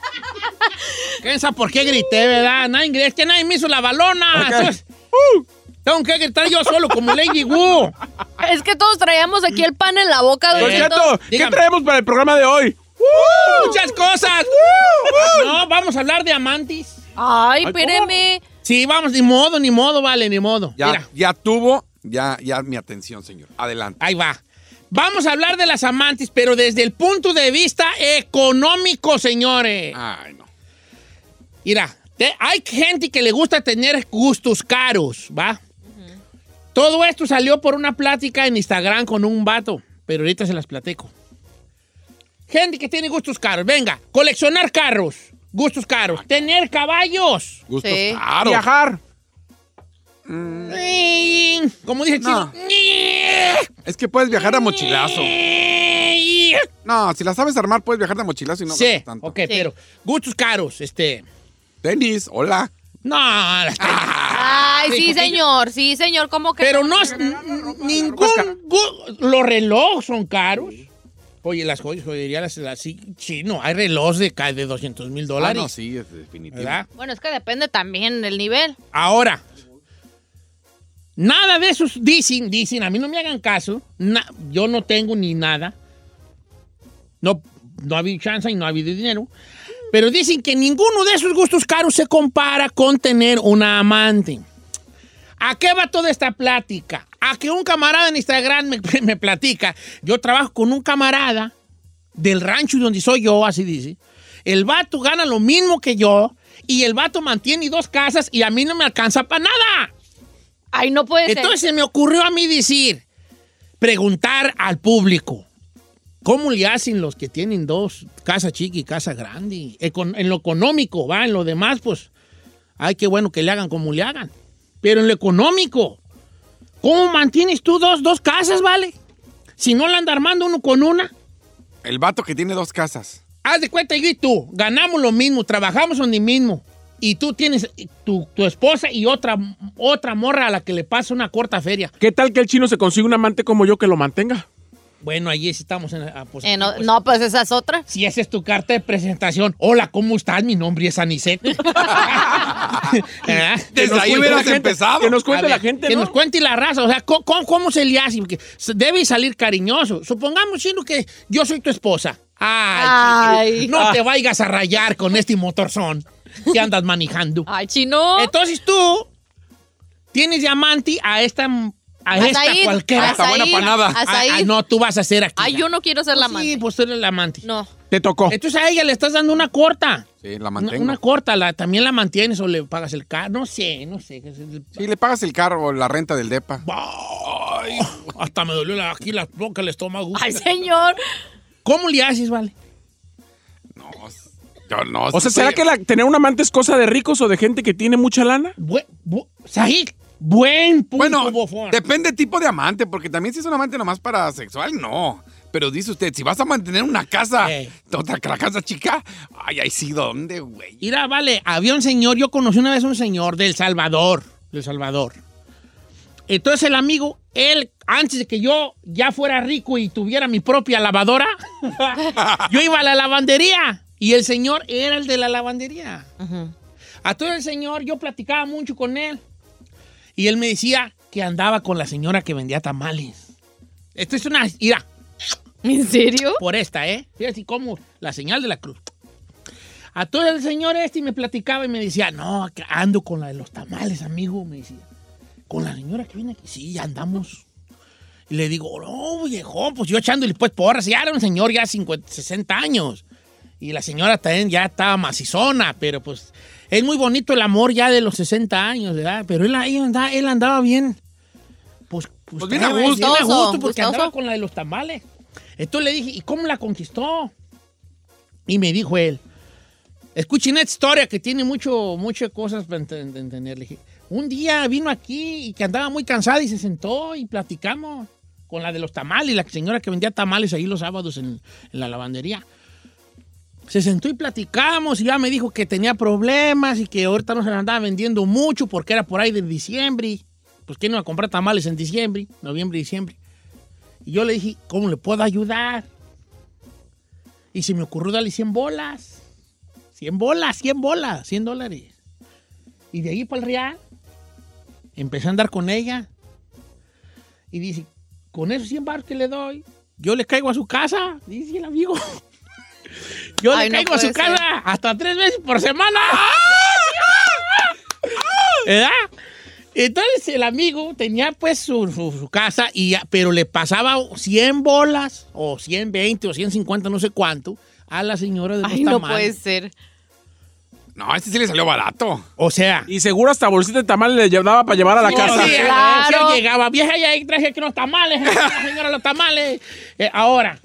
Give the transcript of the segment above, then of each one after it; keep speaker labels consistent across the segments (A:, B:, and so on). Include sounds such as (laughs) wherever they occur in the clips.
A: (laughs)
B: esa por qué grité, ¿verdad? Nadie, es que nadie me hizo la balona.
A: Ok.
B: Entonces, ¡uh! tengo que gritar yo solo como Lady Wu.
C: Es que todos traíamos aquí el pan en la boca, don
B: Eh,
A: Don
C: Cheto.
A: Cheto, ¿qué
B: dígame.
A: traemos para el programa de hoy?
B: Muchas cosas. No, vamos a hablar de amantes.
C: Ay, espéreme.
B: Sí, vamos, ni modo, ni modo, vale, ni modo.
A: Ya,
B: Mira,
A: ya tuvo, ya, ya mi atención, señor. Adelante.
B: ahí va. Vamos a hablar de las amantes, pero desde el punto de vista económico, señores.
A: Ay, no.
B: Mira, te- hay gente que le gusta tener gustos caros, ¿va? Todo esto salió por una plática en Instagram con un vato, pero ahorita se las platico. Gente que tiene gustos caros, venga, coleccionar carros, gustos caros, tener caballos.
A: Gustos
C: Sí.
A: caros.
D: Viajar.
B: Ñing, Como dije,
A: No.
B: chido. Ñing,
A: Es que puedes viajar a mochilazo.
B: ñing.
A: No, si la sabes armar, puedes viajar de mochilazo y no
B: sí,
A: gastas tanto.
B: ok, pero gustos caros, este...
A: Tenis, hola.
B: No, las
C: Ay, sí,
B: Ah, Dijo que-
C: señor. Sí, señor, ¿cómo que?
B: Pero no, es- ningún... gu- Los relojes son caros. Oye, las joyas, joyería, las, las- sí, chino, hay relojes de, ca- de 200 mil
A: Ah,
B: dólares,
A: no, sí, es definitivo.
B: ¿verdad?
C: Bueno, es que depende también del nivel.
B: Ahora, nada de esos dicen, dicen, a mí no me hagan caso, na- yo no tengo ni nada, no, no ha habido chance y no ha habido dinero, pero dicen que ninguno de esos gustos caros se compara con tener una amante. ¿A qué va toda esta plática? A que un camarada en Instagram me, (laughs) me platica, yo trabajo con un camarada del rancho donde soy yo, así dice. El vato gana lo mismo que yo y el vato mantiene dos casas y a mí no me alcanza para nada.
C: Ay, no puede
B: Entonces
C: ser.
B: se me ocurrió a mí decir, preguntar al público, ¿cómo le hacen los que tienen dos, casa chica y casa grande? Econ- en lo económico, va, en lo demás, pues, ay, qué bueno que le hagan como le hagan. Pero en lo económico, ¿cómo mantienes tú dos, dos casas, vale? Si no la anda armando uno con una.
A: El vato que tiene dos casas.
B: Haz de cuenta, yo y tú ganamos lo mismo, trabajamos donde mismo. Y tú tienes tu, tu esposa y otra, otra morra a la que le pasa una corta feria.
D: ¿Qué tal que el chino se consigue un amante como yo que lo mantenga?
B: Bueno, ahí sí estamos en la ah, posición.
C: Eh, no, no, pues esa es otra.
B: Si esa es tu carta de presentación, hola, ¿cómo estás? Mi nombre es Aniceto. ¿Verdad?
A: Ah, Desde ahí
D: cuente la
A: hubieras
D: gente,
A: empezado.
D: Que nos cuente
B: A ver,
D: la gente,
B: Que
D: ¿no?
B: nos cuente la raza, o sea, ¿cómo, cómo- cómo se le hace? Porque se- debe salir cariñoso. Supongamos, Chino, que yo soy tu esposa. Ay,
C: Ay.
B: chiqui, no te vayas a rayar con este motorzón que andas manejando.
C: Ay, chino.
B: Entonces tú tienes diamante a esta, a esta
C: Azaí,
B: cualquiera.
A: Hasta buena
C: azaí,
A: panada.
B: Ah,
C: azaí.
B: ah, no, tú vas a ser aquí.
C: Ay, yo no quiero ser la amante.
B: Sí, pues tú eres la amante.
C: No.
D: Te tocó.
B: Entonces a ella le estás dando una corta.
A: Sí, la
B: Una,
A: mantengo.
B: una corta, la, también la mantienes o le pagas el carro. No sé, no sé.
A: Sí, le pagas el carro o la renta del depa.
B: Ay, hasta me dolió la- aquí la boca, el estómago.
C: Ay, señor.
B: ¿Cómo le haces, vale?
A: No, yo no.
D: O sea, ¿será que la- tener un amante es cosa de ricos o de gente que tiene mucha lana?
B: Bue- bu- Sahid, buen punto,
A: Bueno,
B: bofón.
A: depende tipo de amante, porque también si es un amante nomás para sexual, no. Pero dice usted, si vas a mantener una casa,
B: Ey.
A: otra la casa chica, ay, ay, sí, ¿dónde, güey?
B: Mira, vale, había un señor, yo conocí una vez a un señor del Salvador, del Salvador. Entonces el amigo, él, antes de que yo ya fuera rico y tuviera mi propia lavadora, yo iba a la lavandería y el señor era el de la lavandería. A todo el señor, yo platicaba mucho con él y él me decía que andaba con la señora que vendía tamales. Esto es una... Mira,
C: ¿En serio?
B: por esta, ¿eh? Fíjate cómo la señal de la cruz. A todo el señor este y me platicaba y me decía, no, que ando con la de los tamales, amigo, me decía. Con la señora que viene aquí, sí, ya andamos. Y le digo, no, viejo, pues yo echándole pues porras, ya era un señor ya 50, 60 años. Y la señora también ya estaba macizona, pero pues es muy bonito el amor ya de los 60 años, ¿verdad? Pero él, ahí andaba, él andaba bien. Pues,
A: Pues bien a
B: estaba
A: gusto.
B: bien a gusto, porque
C: Gustoso.
B: andaba con la de los tamales. Entonces le dije, ¿y cómo la conquistó? Y me dijo él, escuchen esta historia que tiene mucho, muchas cosas para ent- ent- entender. Le dije, un día vino aquí y que andaba muy cansada y se sentó y platicamos con la de los tamales, la señora que vendía tamales ahí los sábados en, en la lavandería. Se sentó y platicamos y ya me dijo que tenía problemas y que ahorita no se la andaba vendiendo mucho porque era por ahí de diciembre. y, Pues que no iba a comprar tamales en diciembre, noviembre, diciembre. Y yo le dije, ¿cómo le puedo ayudar? Y se me ocurrió darle 100 bolas. 100 bolas, 100 bolas, 100 dólares. Y de ahí para el real, empecé a andar con ella. Y dice, con esos 100 baros que le doy, yo le caigo a su casa, dice el amigo. (laughs) Yo le
C: Ay, no
B: caigo a su
C: puede ser.
B: casa hasta tres veces por semana. (laughs) ¿Verdad? Entonces el amigo tenía pues su, su- su casa, y, ya- pero le pasaba 100 bolas, o 120, o 150, no sé cuánto, a la señora de los
C: Ay, no
B: tamales.
C: puede ser.
A: No, este sí le salió barato.
B: O sea...
D: Y seguro hasta bolsita de tamales le llevaba para llevar a la
B: Sí,
D: casa.
B: sí, eh.
C: Claro.
B: sí, llegaba vieja y ahí traje aquí unos (laughs) tamales, la señora los tamales. Eh, ahora,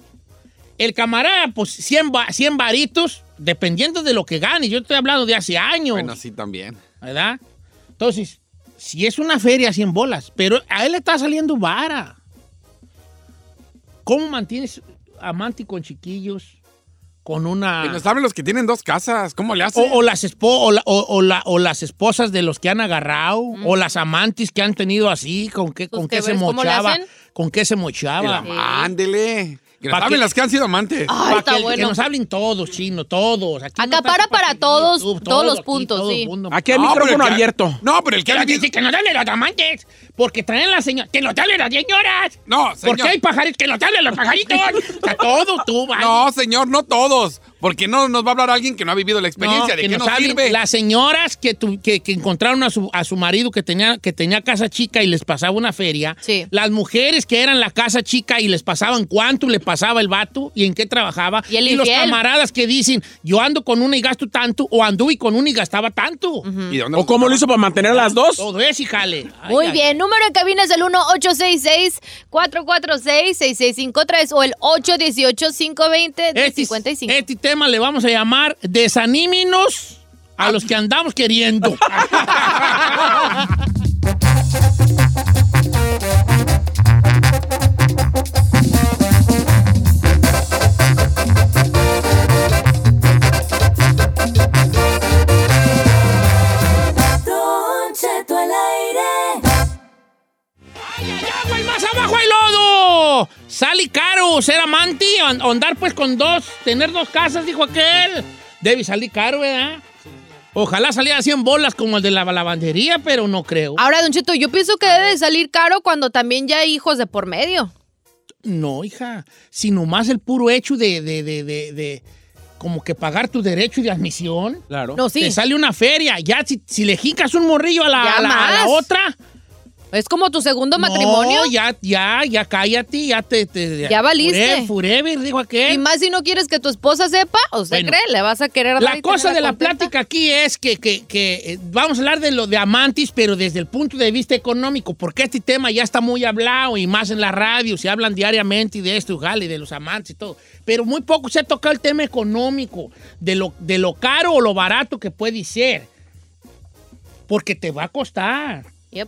B: el camarada, pues 100, ba- 100 varitos, dependiendo de lo que gane. Yo estoy hablando de hace años,
A: Bueno, sí, también.
B: ¿verdad? Entonces, si es una feria, 100 bolas, pero a él le está saliendo vara. ¿Cómo mantienes amante con chiquillos? Con una...
A: Que nos hablen los que tienen dos casas. ¿Cómo le
B: O,
A: hacen?
B: Ah. o las espo-
A: (laughs)
B: o la- o- o la- o las esposas de los que han agarrado, o las amantes que han tenido así, con qué,
C: Mm. Pues
B: con
C: te
B: qué se
C: ves cómo le
B: mochaba,
C: hacen.
B: con qué se
A: El
B: mochaba.
A: am- Ándele. Que nos
B: Pa'
A: hablen
B: que-
A: las que han sido amantes.
C: Ah,
B: Para
C: está
B: que, que
C: bueno.
B: nos hablen todos, chino, todos. Aquí no
C: Acapara
B: está-
C: para todos, todos los
B: aquí,
C: puntos,
B: todo
C: sí.
B: el mundo.
D: Aquí hay
A: No, pero el
D: micrófono
A: que-
D: abierto.
A: No, pero el que
B: Que, la-
A: han
B: que- que nos hablen los amantes, porque traen las señoras, que nos hablen las señoras.
A: No, señor.
B: Porque hay pajaritos, que nos hablen los pajaritos. Está todo tú, vaya.
A: No, señor, no todos. Porque no nos va a hablar alguien que no ha vivido la experiencia.
B: No,
A: ¿De
B: que
A: qué
B: nos
A: nos
B: hablen
A: sirve?
B: Las señoras que, tu- que, que encontraron a su, a su marido que tenía, que tenía casa chica y les pasaba una feria.
C: Sí.
B: Las mujeres que eran la casa chica y les pasaban cuánto le pasaba el vato y en qué trabajaba.
C: Y el
B: los
C: infiel.
B: camaradas que dicen, yo ando con una y gasto tanto, o anduve con una y gastaba tanto.
A: ¿Y de dónde
D: ¿O
A: nos-
D: cómo lo hizo para mantener a las dos?
B: Todo es, y jale. Ay,
C: Muy
B: ay.
C: bien, número en cabina es el 1-866-446-6653 o el 818-520-1055.
B: Este, este tema le vamos a llamar Desanímenos a los que andamos queriendo.
E: Don Cheto al aire.
B: ¡Ay, agua y más abajo hay lodo! Sale caro ser amante o an- o andar pues con dos, tener dos casas, dijo aquel. Debe salir caro, ¿verdad? Ojalá saliera 100 bolas como el de la lavandería, pero no creo.
C: Ahora, Don Cheto, yo pienso que debe de salir caro cuando también ya hay hijos de por medio.
B: No, hija, sino más el puro hecho de, de, de, de, de como que pagar tu derecho de admisión.
D: Claro.
C: No, sí.
B: Te sale una feria, ya si, si le jincas un morrillo a la,
C: Ya
B: a la- a la
C: más.
B: otra.
C: Es como tu segundo matrimonio.
B: No, ya, ya, ya cállate, ya te... te
C: Ya valiste.
B: Forever, forever, dijo aquel.
C: Y más si no quieres que tu esposa sepa, o se
B: Bueno.
C: cree, le vas a querer dar
B: La
C: y
B: cosa
C: tenerla
B: de la
C: contenta.
B: plática aquí es que, que- que, eh, vamos a hablar de lo de amantes, pero desde el punto de vista económico, porque este tema ya está muy hablado y más en la radio, se hablan diariamente y de esto, y jale, de los amantes y todo. Pero muy poco se ha tocado el tema económico, de lo, de lo caro o lo barato que puede ser. Porque te va a costar,
C: Yep.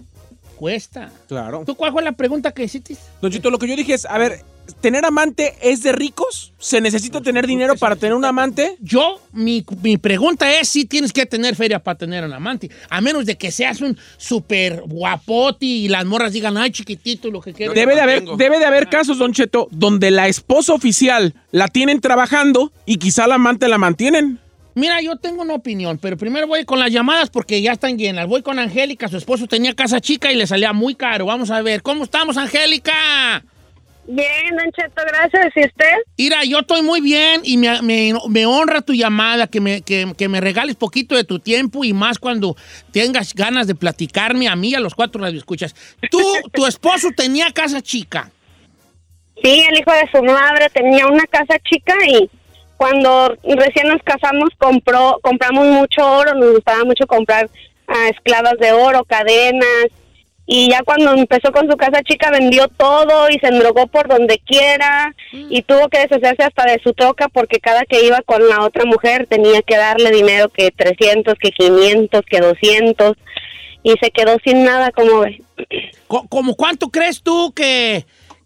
B: cuesta.
D: Claro.
B: ¿Tú cuál fue la pregunta que hiciste?
D: Don Chito, lo que yo dije es, a ver, ¿tener amante es de ricos? ¿Se necesita tener dinero para tener un amante?
B: Yo, mi, mi pregunta es si tienes que tener feria para tener un amante. A menos de que seas un súper guapote y las morras digan, ay, chiquitito, lo que quieras.
D: Debe de,
A: no
D: haber,
A: tengo.
D: debe de haber casos, Don Cheto, donde la esposa oficial la tienen trabajando y quizá la amante la mantienen.
B: Mira, yo tengo una opinión, pero primero voy con las llamadas porque ya están llenas. Voy con Angélica, su esposo tenía casa chica y le salía muy caro. Vamos a ver, ¿cómo estamos, Angélica?
F: Bien, Don Cheto, gracias. ¿Y usted?
B: Mira, yo estoy muy bien y me, me- me honra tu llamada, que me, que- que me regales poquito de tu tiempo y más cuando tengas ganas de platicarme a mí y a los cuatro radioescuchas.
F: (laughs)
B: Tú, tu esposo tenía casa chica.
F: Sí, el hijo de su madre tenía una casa chica y cuando recién nos casamos compró, compramos mucho oro, nos gustaba mucho comprar ah, esclavas de oro, cadenas y ya cuando empezó con su casa chica vendió todo y se endrogó por donde quiera y tuvo que deshacerse hasta de su troca porque cada que iba con la otra mujer tenía que darle dinero que 300, que 500, que 200 y se quedó sin nada como ve.
B: Co- ¿Cómo cuánto crees tú que,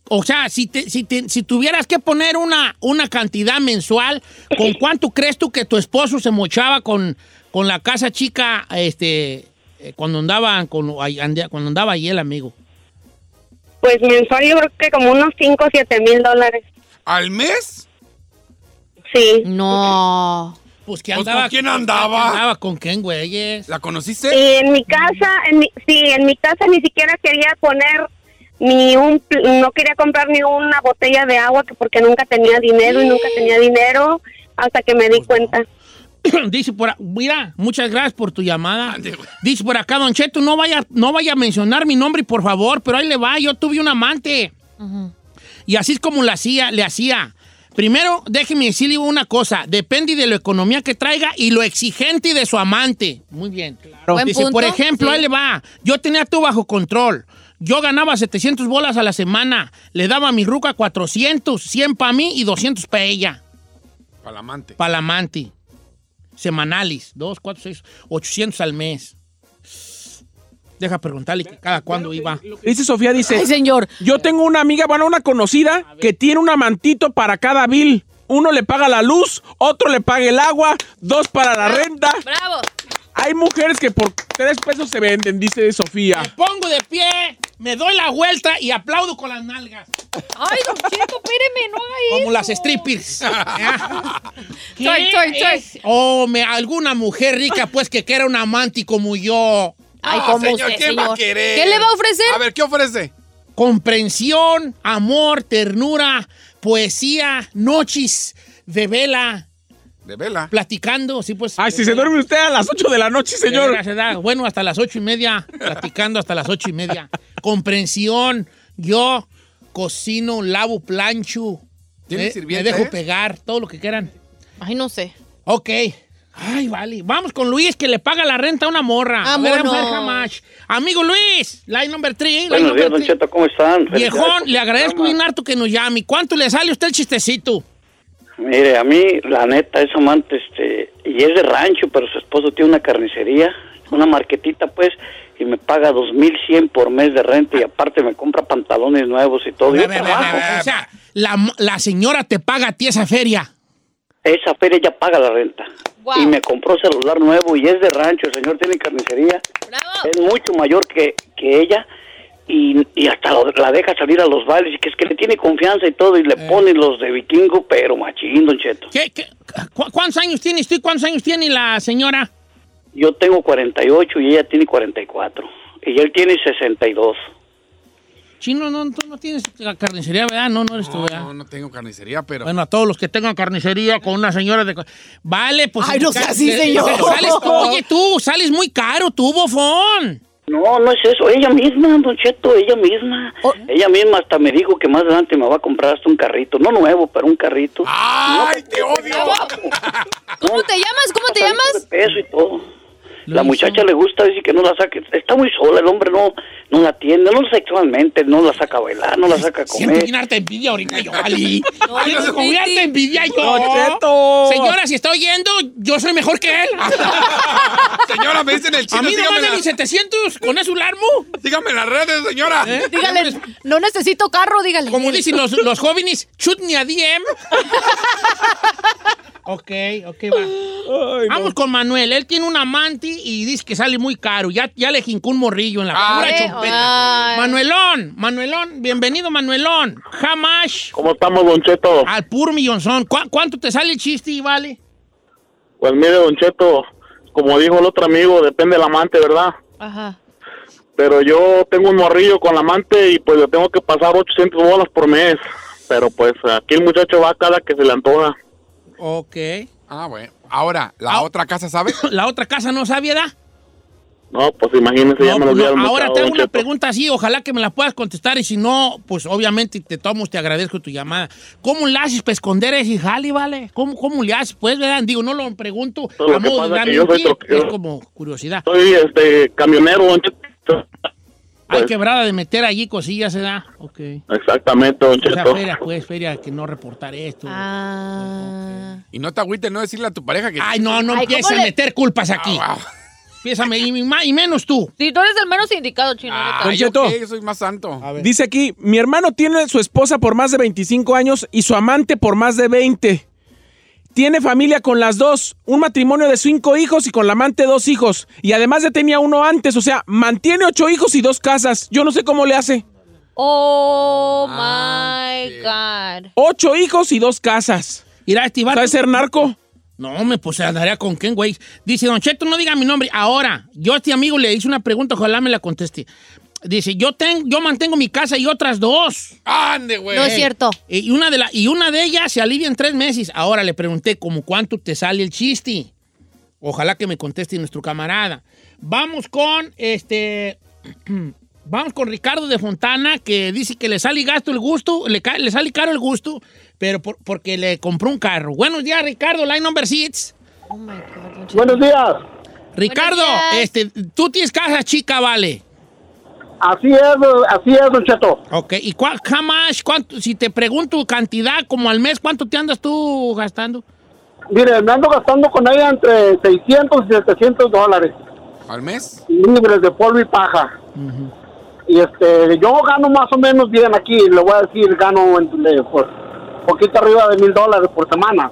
B: o sea, si, te- si, te- si tuvieras que poner una, una cantidad mensual,
F: (laughs)
B: ¿con cuánto crees tú que tu esposo se mochaba con, con la casa chica este, eh, cuando, andaban con, ahí andea- cuando andaba ahí el amigo?
F: Pues mensual yo creo que como unos 5 o 7 mil dólares.
A: ¿Al mes?
F: Sí.
C: No.
B: Pues que
A: Pues,
B: andaba.
A: ¿con quién andaba?
B: Andaba con quién, güeyes. Eh,
A: ¿La conociste?
F: Y en mi casa, en mi- sí, en mi casa ni siquiera quería poner ni un, pl- no quería comprar ni una botella de agua que porque nunca tenía dinero y nunca tenía dinero hasta que me di
A: Pues
F: cuenta.
B: (clears throat) Dice por a- mira, muchas gracias por tu llamada.
A: Ande, güey.
B: Dice por acá, Don Cheto, no vaya, no vaya a mencionar mi nombre, por favor, pero ahí le va, yo tuve un amante. Y así es como le hacía, le hacía. Primero, déjeme decirle una cosa, depende de la economía que traiga y lo exigente de su amante. Muy bien.
C: Buen
B: Dice, por
C: punto,
B: ejemplo,
C: sí.
B: ahí le va, yo tenía todo bajo control. Yo ganaba 700 bolas a la semana, le daba a mi ruca 400, 100 para mí y 200 para ella.
A: Para la amante.
B: Palamanti. Semanales. 2, 4, 6, 800 al mes. Deja preguntarle que cada cuándo iba.
D: Dice Sofía, dice,
C: Ay, señor.
D: yo tengo una amiga, bueno, una conocida, que tiene un amantito para cada bill. Uno le paga la luz, otro le paga el agua, dos para la renta.
C: ¡Bravo!
D: Hay mujeres que por tres pesos se venden, dice Sofía.
B: Me pongo de pie, me doy la vuelta y aplaudo con las nalgas.
C: Ay, don Cheto, espéreme, no haga eso.
B: Como las
C: (laughs)
B: strippers. ¿Qué
C: Soy, soy, soy.
B: es? Oh, me- alguna mujer rica, pues, que quiera un amante como yo.
C: Ay,
A: Ah,
C: como
A: señor,
C: usted,
A: ¿quién va a
C: señor.
A: querer?
C: ¿Qué le va a ofrecer?
A: A ver, ¿qué ofrece?
B: Comprensión, amor, ternura, poesía, noches de vela,
A: De vela.
B: platicando. Sí, pues.
D: Ay,
B: de
D: si se
B: vela.
D: duerme usted a las 8 de la noche,
B: Señor.
D: señor.
B: Bueno, hasta las ocho y media, platicando hasta las ocho y media. Comprensión, yo cocino, lavo, plancho.
A: ¿Tiene
B: Me- me
A: sirvienta,
B: dejo
A: eh?
B: pegar, todo lo que quieran.
C: Ay, no sé.
B: Ok. Ay, vale. Vamos con Luis, que le paga la renta a una morra. A ver,
C: Vámonos.
B: a ver, jamás. Amigo Luis, line number three. line
G: Buenos
B: number
G: días, Don
B: three.
G: Cheto, ¿cómo están?
B: Viejón, le agradezco bien
G: una...
B: harto que nos llame. ¿Cuánto le sale a usted el chistecito?
G: Mire, a mí, la neta, es amante, este, y es de rancho, pero su esposo tiene una carnicería, una marquetita, pues, y me paga 2100 por mes de renta, y aparte me compra pantalones nuevos y todo.
B: Ve,
G: Yo
B: ve, ve,
G: trabajo.
B: ve, ve. O sea, la, la señora te paga a ti esa feria.
G: Esa feria ya paga la renta.
C: Guau.
G: Y me compró celular nuevo, y es de rancho, el señor tiene carnicería.
C: ¡Bravo!
G: es mucho mayor que, que ella y, y hasta lo- la deja salir a los bailes y que es que le tiene confianza y todo y le ponen los de vikingo, pero machín, don Cheto.
B: Eh. ¿Qué, qué- cu- ¿Cuántos años tienes tú y cuántos años tiene la señora?
G: Yo tengo 48 y ella tiene 44 y él tiene 62.
B: Chino, no, tú no tienes la carnicería, ¿verdad? No, no eres tú,
A: No,
B: ¿verdad?
A: no, no tengo carnicería, pero.
B: Bueno, a todos los que tengan carnicería con una señora de... Vale, pues...
C: Ay, no sea así,
B: Pero
C: señor. (laughs)
B: sales tú, oye, tú, sales muy caro, tú, bofón.
G: No, no es eso, ella misma, don Cheto, ella misma.
B: Oh.
G: Ella misma hasta me dijo que más adelante me va a comprar hasta un carrito, no nuevo, pero un carrito.
A: ¡Ay, te odio!
C: ¿Cómo te llamas? ¿Cómo te llamas?
G: De peso y todo.
B: Luisa.
G: La muchacha le gusta decir que no la saque. Está muy sola, el hombre no, no la atiende, no sexualmente, no la saca a bailar, no la saca a
B: Siento
G: comer.
B: bien harta envidia ahorita yo, Ali.
C: (laughs) No,
B: Siento
C: no,
B: con
C: sí,
B: harta
C: sí.
B: envidia
D: Don
B: yo.
D: Cheto.
B: Señora, si está oyendo, yo soy mejor que él.
A: (laughs) Señora, me dicen el chino.
B: A mí no
A: sígame,
B: me
A: en
B: dan
A: la-
B: ni 700 con eso larmo.
A: sígame en las redes, señora.
B: ¿Eh?
C: Dígale, no necesito carro, dígale.
B: Como dicen los, los jóvenes, chutney a DM. ok, ok, va. Vamos con Manuel. Él tiene un amante y dice que sale muy caro. Ya, ya le jincó un morrillo en la
A: Ah,
B: pura
C: eh,
B: chompeta.
C: ay.
B: Manuelón, Manuelón, bienvenido, Manuelón. Jamás
H: ¿Cómo estamos, Don Cheto?
B: al pur millonzón. ¿Cu- ¿Cuánto te sale el chiste, vale?
H: Pues mire, Don Cheto, como dijo el otro amigo, depende del amante, ¿verdad?
C: Ajá.
H: Pero yo tengo un morrillo con la amante y pues le tengo que pasar 800 bolas por mes. Pero pues aquí el muchacho va cada que se le antoja.
B: Ok.
A: Ah, bueno. Ahora, la
B: Ah.
A: otra casa, ¿sabe?
B: (coughs) La otra casa no sabía, ¿verdad?
H: No, pues imagínese, ya
B: No,
H: me lo
B: no,
H: dieron.
B: ahora
H: mercado,
B: tengo
H: Don
B: una
H: Cheto.
B: pregunta así, ojalá que me la puedas contestar y si no, pues obviamente te tomo, te agradezco tu llamada. ¿Cómo le haces para esconder ese jali, vale? ¿Cómo, cómo le haces? Pues, ¿verdad? Digo, no lo pregunto
H: Pero lo
B: a
H: que
B: modo de
H: pasa es que
B: darme
H: yo
B: un
H: soy
B: tip,
H: troquero.
B: es como curiosidad.
H: Soy este camionero, Don Cheto.
B: Hay
H: pues.
B: quebrada de meter allí cosillas, ¿verdad? Ok.
H: Exactamente, Don
B: O sea,
H: Cheto.
B: feria, pues, feria, que no reportar esto.
C: Ah.
A: Y no te agüites, no decirle a tu pareja que.
B: Ay, no, no
C: Ay, ¿cómo
B: empieces a
C: le-
B: meter culpas aquí.
A: Ah, wow.
B: Empieza a- y, más- y menos tú.
C: Sí, tú eres el menos indicado, chino.
A: Ah,
D: Don
A: yo
D: Cheto.
A: qué, soy más santo.
D: Dice aquí, mi hermano tiene su esposa por más de 25 años y su amante por más de 20. Tiene familia con las dos, un matrimonio de cinco hijos y con la amante dos hijos. Y además ya tenía uno antes, o sea, mantiene ocho hijos y dos casas. Yo no sé cómo le hace.
C: Oh
A: Ah,
C: my
A: sí.
C: God.
D: Ocho hijos y dos casas.
B: Irá a activar.
D: ¿Sabe ser narco?
B: este No, me pues andaría con Ken güey. Dice, Don Cheto, no diga mi nombre. Ahora, yo a este amigo le hice una pregunta, ojalá me la conteste. Dice, yo tengo, yo mantengo mi casa y otras dos.
A: ¡Ande, güey!
C: No es cierto.
B: Y una de la, y una de ellas se alivia en tres meses. Ahora le pregunté como cuánto te sale el chiste. Ojalá que me conteste nuestro camarada. Vamos con este. (clears throat) Vamos con Ricardo de Fontana, que dice que le sale gasto el gusto, le, ca- le sale caro el gusto, pero por- porque le compró un carro. Buenos días, Ricardo, line number six.
C: Oh my God, Don Cheto.
H: Buenos días.
B: Ricardo,
C: días.
B: este, tú tienes casa chica, vale.
H: Así es, así es, Don Cheto.
B: Ok, ¿y cuál, jamás, cuánto, si te pregunto cantidad, como al mes, cuánto te andas tú gastando?
H: Mire, me ando gastando con ella entre 600 y 700 dólares,
A: ¿Al mes?
H: libres de polvo y paja. Y este, yo gano más o menos bien aquí, le voy a decir, gano entre, pues, poquito arriba de mil dólares por semana.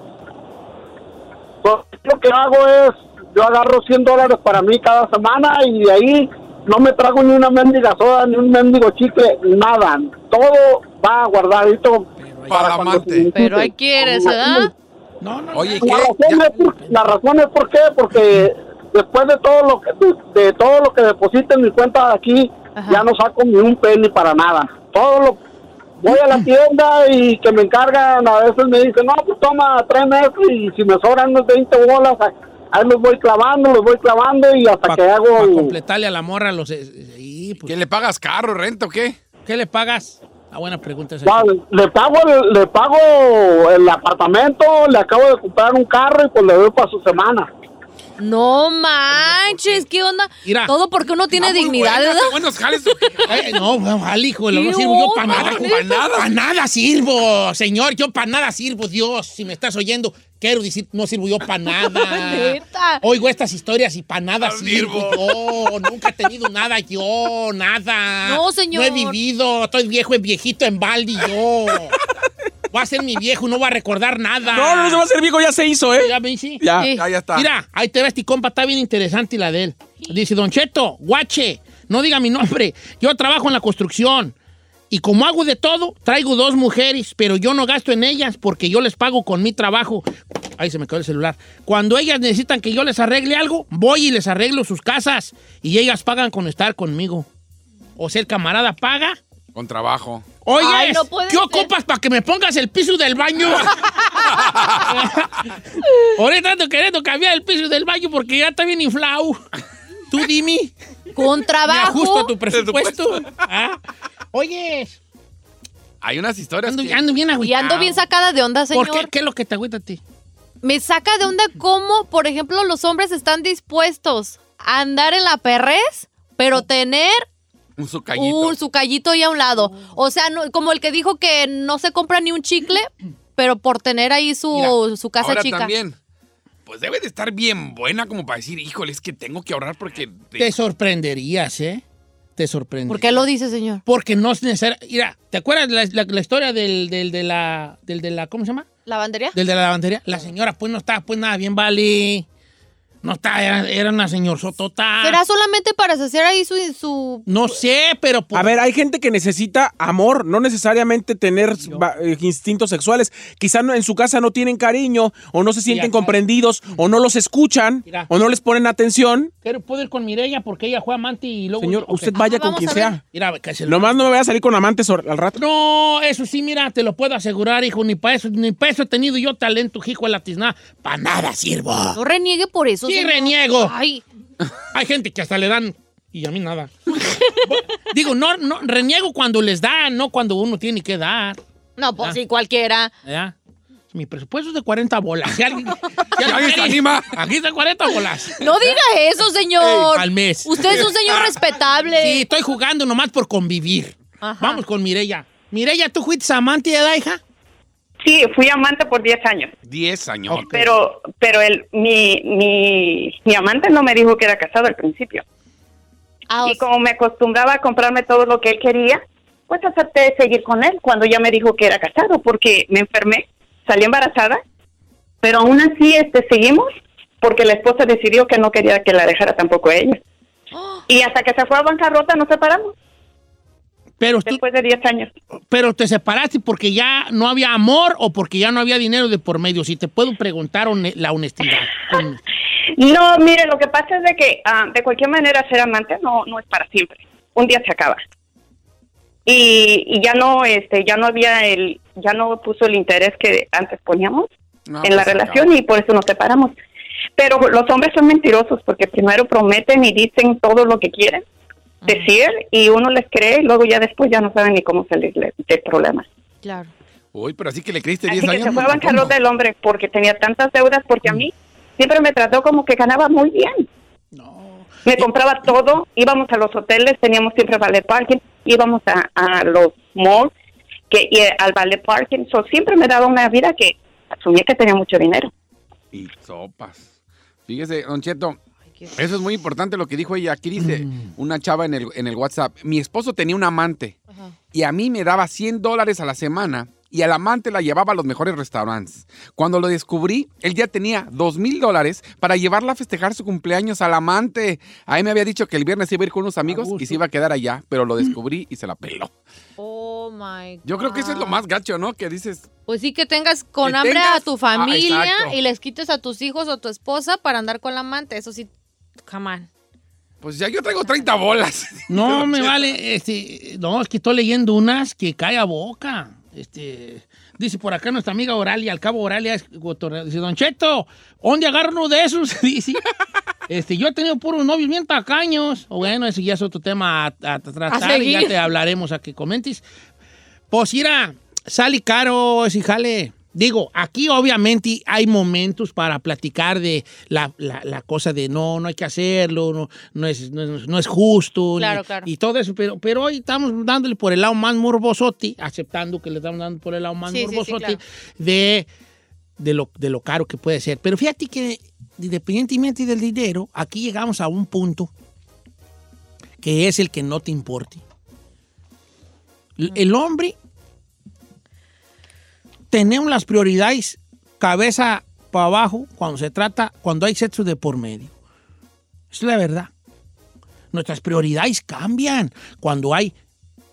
H: Pues, lo que hago es, yo agarro 100 dólares para mí cada semana y de ahí no me trago ni una mendiga soda, ni un mendigo chicle, nada. Todo va guardadito
A: Para
H: cuando
A: amante.
H: se necesite.
C: Pero ahí quieres, ¿verdad?
B: No, no,
A: Oye,
B: no.
A: ¿qué?
H: La razón,
A: Ya.
H: es por, la razón es por qué, porque después de todo lo que de, de todo lo que deposito en mi cuenta de aquí,
C: Ajá.
H: ya no saco ni un penny para nada. Todo lo voy a la tienda y que me encargan, a veces me dicen, "No, pues toma tres meses y si me sobran unos 20 bolas, ahí- ahí los voy clavando, los voy clavando y hasta
B: Para
H: que hago
B: completarle a la morra los... eh, eh, y, pues,
A: ¿Qué le pagas carro, renta o qué?
B: ¿Qué le pagas? La buena pregunta es
H: Ya, le- le pago el, le pago el apartamento, le acabo de comprar un carro y pues le doy para su semana.
C: No manches, ¿qué onda?
B: Mira.
C: Todo porque uno tiene
A: Ah, muy
C: dignidad,
A: buenas,
C: ¿verdad?
A: qué buenos jales. Ay,
B: Ay, no, ojalá, hijo, no
C: Dios,
B: sirvo yo para
C: no,
B: nada.
A: neta.
B: Para nada, pa' nada sirvo, señor. Yo para nada sirvo, Dios. Si me estás oyendo, quiero decir, no sirvo yo para nada.
C: Neta.
B: Oigo estas historias y para nada
A: No
B: sirvo. yo. nunca he tenido nada yo, nada.
C: No, señor.
B: No he vivido. Estoy viejo, es viejito en balde yo. Voy a ser mi viejo, no voy a recordar nada.
D: No, no se va a hacer viejo, ya se hizo, ¿eh?
B: Ya, Vinci.
D: Ya.
C: Sí.
A: ya está.
B: Mira, ahí te ves, ti compa, está bien interesante la de él. Dice, Don Cheto, guache, no diga mi nombre, yo trabajo en la construcción. Y como hago de todo, traigo dos mujeres, pero yo no gasto en ellas porque yo les pago con mi trabajo. Ahí se me quedó el celular. Cuando ellas necesitan que yo les arregle algo, voy y les arreglo sus casas. Y ellas pagan con estar conmigo. O sea, el camarada paga.
A: Con trabajo.
B: Oye,
C: Ay, no puede
B: ¿qué
C: ser.
B: ocupas para que me pongas el piso del baño?
C: (laughs)
B: Ahorita ando queriendo cambiar el piso del baño porque ya está bien inflado. Tú dime,
C: Con
B: me ajusto a
C: trabajo.
B: tu presupuesto. Ah, Oye,
A: Hay unas historias
B: ando,
A: que-
B: ando bien
C: Y
B: agüitado.
C: ando bien sacada de onda,
B: ¿Por qué?
C: señor.
B: ¿Qué es lo que te agüita a ti?
C: Me saca de onda cómo, por ejemplo, los hombres están dispuestos a andar en la perrez, pero tener
A: un sucallito.
C: un, su callito ahí a un lado.
B: Mm.
C: O sea, no- como el que dijo que no se compra ni un chicle, pero por tener ahí su,
A: Mira,
C: su casa
A: Ahora
C: chica.
A: también, pues debe de estar bien buena como para decir, híjole, es que tengo que ahorrar porque... de-
B: Te sorprenderías, ¿eh? Te sorprenderías.
C: ¿Por qué lo dice, señor?
B: Porque no es necesario. Mira, ¿te acuerdas la, la- la historia del, del- de la, del de la. ¿Cómo se llama?
C: ¿Lavandería?
B: Del de la lavandería. La señora, pues no estaba, pues nada, bien vale. No está, era, era una señor sotota.
C: ¿Será solamente para saciar ahí su... su...
B: No sé, pero pues,
D: A ver, hay gente que necesita amor, no necesariamente tener va- eh, instintos sexuales. Quizá no- en su casa no tienen cariño, o no se sienten
B: acá-
D: comprendidos, o no los escuchan,
B: Mira.
D: o no les ponen atención.
B: quiero poder ir con Mirella porque ella juega amante y luego.
D: Señor,
B: Ok.
D: usted vaya
C: Ah,
D: con
C: vamos
D: quien
C: a ver.
D: sea.
B: Mira, que se lo-
D: Nomás no me vaya a salir con amantes or- al rato.
B: No, eso sí, mira, te lo puedo asegurar, hijo. Ni para eso, ni para eso he tenido yo talento, hijo de la tiznada. Para nada sirvo.
C: No reniegue por eso.
B: Sí,
C: señor.
B: reniego.
C: Ay,
B: Hay gente que hasta le dan y a mí nada. (laughs) Digo, no, no, reniego cuando les dan, no cuando uno tiene que dar.
C: no, pues
B: Ah.
C: sí, cualquiera.
B: ¿verdad? Mi presupuesto es de 40 bolas. Si alguien, si
A: Si alguien se
B: quiere-
A: anima.
B: Aquí está 40 bolas.
C: No diga eso,
B: (laughs)
C: señor.
B: Al mes.
C: Usted es
B: (laughs)
C: un señor respetable.
B: Sí, estoy jugando nomás por convivir.
C: Ajá.
B: Vamos con Mirella. Mirella, ¿tú fuiste amante de la hija?
F: Sí, fui amante por 10 años,
A: 10 años.
B: Ok.
F: pero pero el mi, mi, mi amante no me dijo que era casado al principio.
C: Ah, o
F: Y como me acostumbraba a comprarme todo lo que él quería, pues acepté seguir con él cuando ya me dijo que era casado, porque me enfermé, salí embarazada, pero aún así este seguimos, porque la esposa decidió que no quería que la dejara tampoco ella.
C: ¡Oh!
F: Y hasta que se fue a bancarrota nos separamos.
B: Pero, tú-
I: después de 10 años.
B: pero te separaste porque ya no había amor o porque ya no había dinero de por medio. Si te puedo preguntar hone- la honestidad. Con-
I: No, mire, lo que pasa es de que ah, de cualquier manera ser amante no no es para siempre. Un día se acaba. Y, y ya no este ya no había el ya no puso el interés que antes poníamos
A: No,
I: en la
A: pues, se
I: relación
A: acabó.
I: y por eso nos separamos. Pero los hombres son mentirosos porque primero prometen y dicen todo lo que quieren decir y uno les cree y luego ya después ya no saben ni cómo salirle del problema.
C: Claro.
A: Uy, pero así que le creíste 10
I: Así que
A: años.
I: se fue a
A: ¿no?
I: bancarrota el hombre porque tenía tantas deudas porque a mí siempre me trató como que ganaba muy bien. Me compraba todo, íbamos a los hoteles, teníamos siempre ballet parking, íbamos a, a los malls, que, y eh, al ballet parking. So, siempre me daba una vida que asumía que tenía mucho dinero.
A: Y sopas. Fíjese, Don Cheto. Eso es muy importante lo que dijo ella. Aquí dice una chava en el, en el WhatsApp. Mi esposo tenía un amante y a mí me daba 100 dólares a la semana y al amante la llevaba a los mejores restaurantes. Cuando lo descubrí, él ya tenía 2 mil dólares para llevarla a festejar su cumpleaños al amante. A mí me había dicho que el viernes iba a ir con unos amigos y se iba a quedar allá, pero lo descubrí y se la peló.
C: Oh my God.
A: Yo creo que eso es lo más gacho, ¿no? Que dices,
C: Pues sí, que tengas con
A: Que
C: hambre a
A: tengas-
C: tu
A: Ah,
C: familia
A: exacto.
C: y les quites a tus hijos o a tu esposa para andar con la amante. Eso sí, come on.
A: pues ya yo traigo 30 bolas. (laughs)
B: (laughs) No, me vale. Este, no, es que estoy leyendo unas que cae a boca. Este, dice por acá nuestra amiga Oralia, al cabo Oralia es cotorreo. Dice, Don Cheto, ¿dónde agarro uno de esos? (laughs) Dice. Este, yo he tenido puros novios bien tacaños. Bueno, ese ya es otro tema a, a tratar y ya
C: seguir.
B: te hablaremos a que comentes. Pues mira, sale caro ese jale. Digo, aquí obviamente hay momentos para platicar de la, la- la cosa de no, no hay que hacerlo, no, no, es, no, es- no es justo. ni-
C: Claro, claro.
B: Y todo eso, pero, pero hoy estamos dándole por el lado más morbosote, aceptando que le estamos dando por el lado más
C: Sí, sí, sí,
B: morbosote
C: claro.
B: de, de, lo, de lo caro que puede ser. Pero fíjate que independientemente del dinero, aquí llegamos a un punto que es el que no te importe. L- El hombre tenemos las prioridades cabeza para abajo cuando se trata, cuando hay sexo de por medio. Es la verdad. Nuestras prioridades cambian cuando hay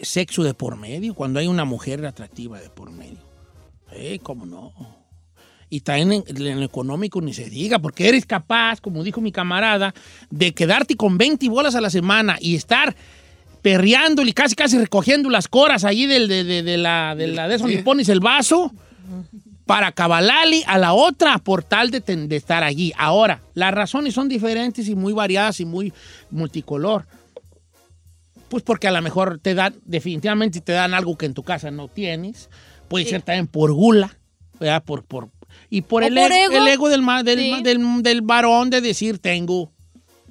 B: sexo de por medio, cuando hay una mujer atractiva de por medio. Eh, cómo no. Y también en, en lo económico ni se diga, porque eres capaz, como dijo mi camarada, de quedarte con 20 bolas a la semana y estar perreándole y casi casi recogiendo las coras allí del, de, de- de la, de la de eso donde pones el vaso para cabalali a la otra por tal de, ten- de estar allí. Ahora, las razones son diferentes y muy variadas y muy multicolor. Pues porque a lo mejor te dan, definitivamente te dan algo que en tu casa no tienes. Puede ser también por gula, ¿verdad? Por, por, y por,
C: O
B: el,
C: por
B: ego,
C: ego.
B: el ego del, ma- del,
C: Sí.
B: ma- del, del varón de decir tengo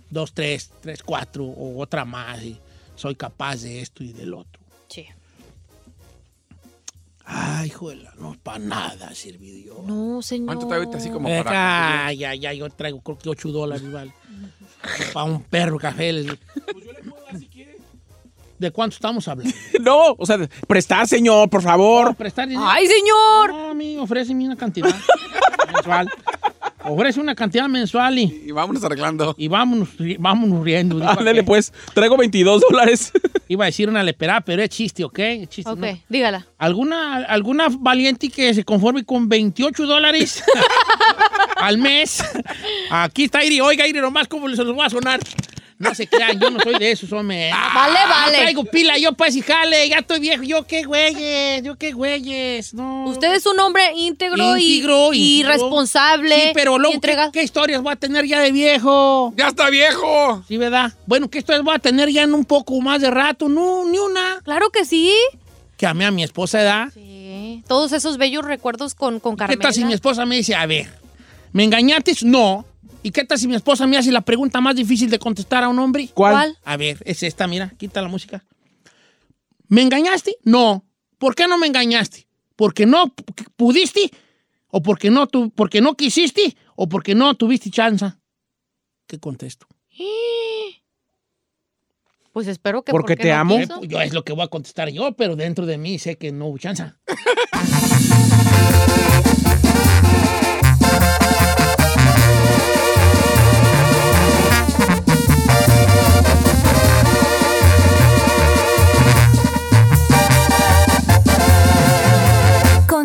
B: dos, tres, tres, cuatro o otra más y soy capaz de esto y del otro.
C: Sí.
B: Ay, juela, no para nada sirvió. Dios.
C: No, señor.
A: ¿Cuánto te ahorita así como
B: Eh,
A: para?
B: ay, ay, ay, yo traigo creo que 8 dólares, (laughs) vale. Para un perro café. les digo.
A: Pues
B: ¿De cuánto estamos hablando?
D: (laughs) No, o sea, prestar, señor, por favor.
B: prestar dinero?
C: ¡Ay, señor!
B: No, a mí, ofréceme una cantidad (laughs) mensual. Ofrece una cantidad mensual y,
A: Y vámonos arreglando.
B: y vámonos, ri- vámonos riendo. digo,
D: Ándale,
B: ¿para qué?
D: pues. Traigo 22 dólares.
B: Iba a decir una leperada, pero es chiste, ¿ok? Es chiste,
C: Ok,
B: ¿no?
C: dígala.
B: ¿Alguna, ¿Alguna valiente que se conforme con 28
C: (laughs)
B: dólares al mes? Aquí está Iri. Oiga, Iri, nomás cómo se los va a sonar. No se crean, yo no soy de esos, hombre.
C: Ah, Vale,
B: No
C: vale.
B: traigo pila, yo pues y jale, ya estoy viejo. Yo qué güeyes, yo qué güeyes. No.
C: Usted es un hombre íntegro, y-
B: Íntegro,
C: y,
B: íntegro.
C: responsable.
B: Sí, pero
C: y
B: luego, ¿qué,
C: entregado.
B: qué historias voy a tener ya de viejo?
A: ¡Ya está viejo!
B: Sí, ¿verdad? Bueno, ¿qué historias voy a tener ya en un poco más de rato? No, ni una.
C: Claro que sí.
B: Que amé a mi esposa edad.
C: Sí. Todos esos bellos recuerdos con, con
B: ¿Qué
C: Carmela.
B: tal si mi esposa me dice, a ver, ¿me engañaste? No. ¿Y qué tal si mi esposa me hace la pregunta más difícil de contestar a un hombre?
C: ¿Cuál?
B: A ver, es esta, mira, quita la música. ¿Me engañaste? No. ¿Por qué no me engañaste? ¿Porque no p- pudiste? ¿O porque no, tu- porque no quisiste? ¿O porque no tuviste chance? ¿Qué contesto?
C: Pues espero que.
D: Porque te
C: no
D: amo.
C: quiso.
B: Eh, pues Yo es lo que voy a contestar yo, pero dentro de mí sé que no hubo chance.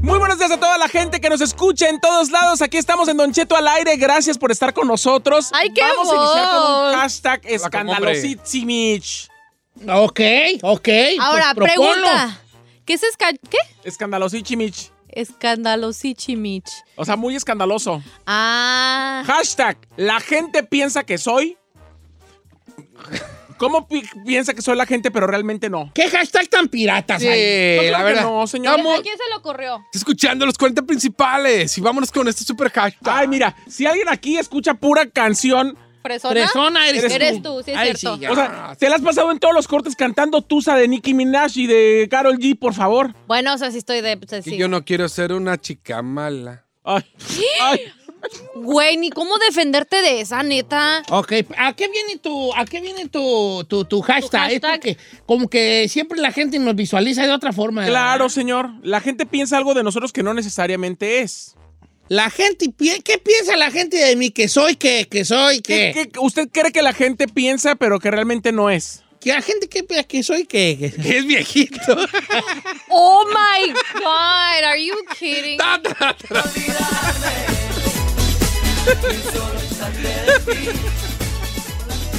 D: Muy buenos días a toda la gente que nos escucha en todos lados. Aquí estamos en Don Cheto al aire. Gracias por estar con nosotros.
C: Ay, qué
D: Vamos a iniciar con un
C: voz.
D: hashtag
A: hombre.
D: escandalositsimich.
B: Ok, ok.
C: Ahora,
B: pues, proponlo.
C: pregunta. ¿Qué es esca qué?
D: Escandalositsimich.
C: Escandalosichimich.
D: O sea, muy escandaloso.
C: Ah.
D: Hashtag, la gente piensa que soy. ¿Cómo pi- piensa que soy la gente, pero realmente no?
B: ¿Qué hashtag tan piratas
A: Sí,
B: hay?
D: No, claro
A: la
D: que
A: verdad.
D: no, señor.
A: Vamos.
C: ¿A quién se le ocurrió?
A: Está escuchando los 40 principales y vámonos con este super hashtag.
D: Ay, mira, si alguien aquí escucha pura canción,
C: ¿Fresona?
B: Persona eres,
C: Eres tú, sí es
B: Ay,
C: cierto.
B: sí, ya.
D: o sea, te la has pasado en todos los cortes cantando Tusa de Nicki Minaj y de Carol G, por favor.
C: Bueno, o sea, sí estoy de... o sea,
A: Que
C: sí.
A: Yo no quiero ser una chica mala.
D: Ay, ay.
C: Güey, ni cómo defenderte de esa, neta.
B: Ok, ¿a qué viene tu, a qué viene tu, tu, tu hashtag? Es
C: hashtag.
B: porque como que siempre la gente nos visualiza de otra forma.
D: Claro, señor. La gente piensa algo de nosotros que no necesariamente es.
B: La gente, pi- ¿qué piensa la gente de mí? Que soy, que, que soy, que.
D: ¿Qué- qué- usted cree que la gente piensa, pero que realmente no es.
B: Que la gente que piensa que soy, que, que- (laughs) que es viejito. (laughs)
C: Oh my God, are you kidding?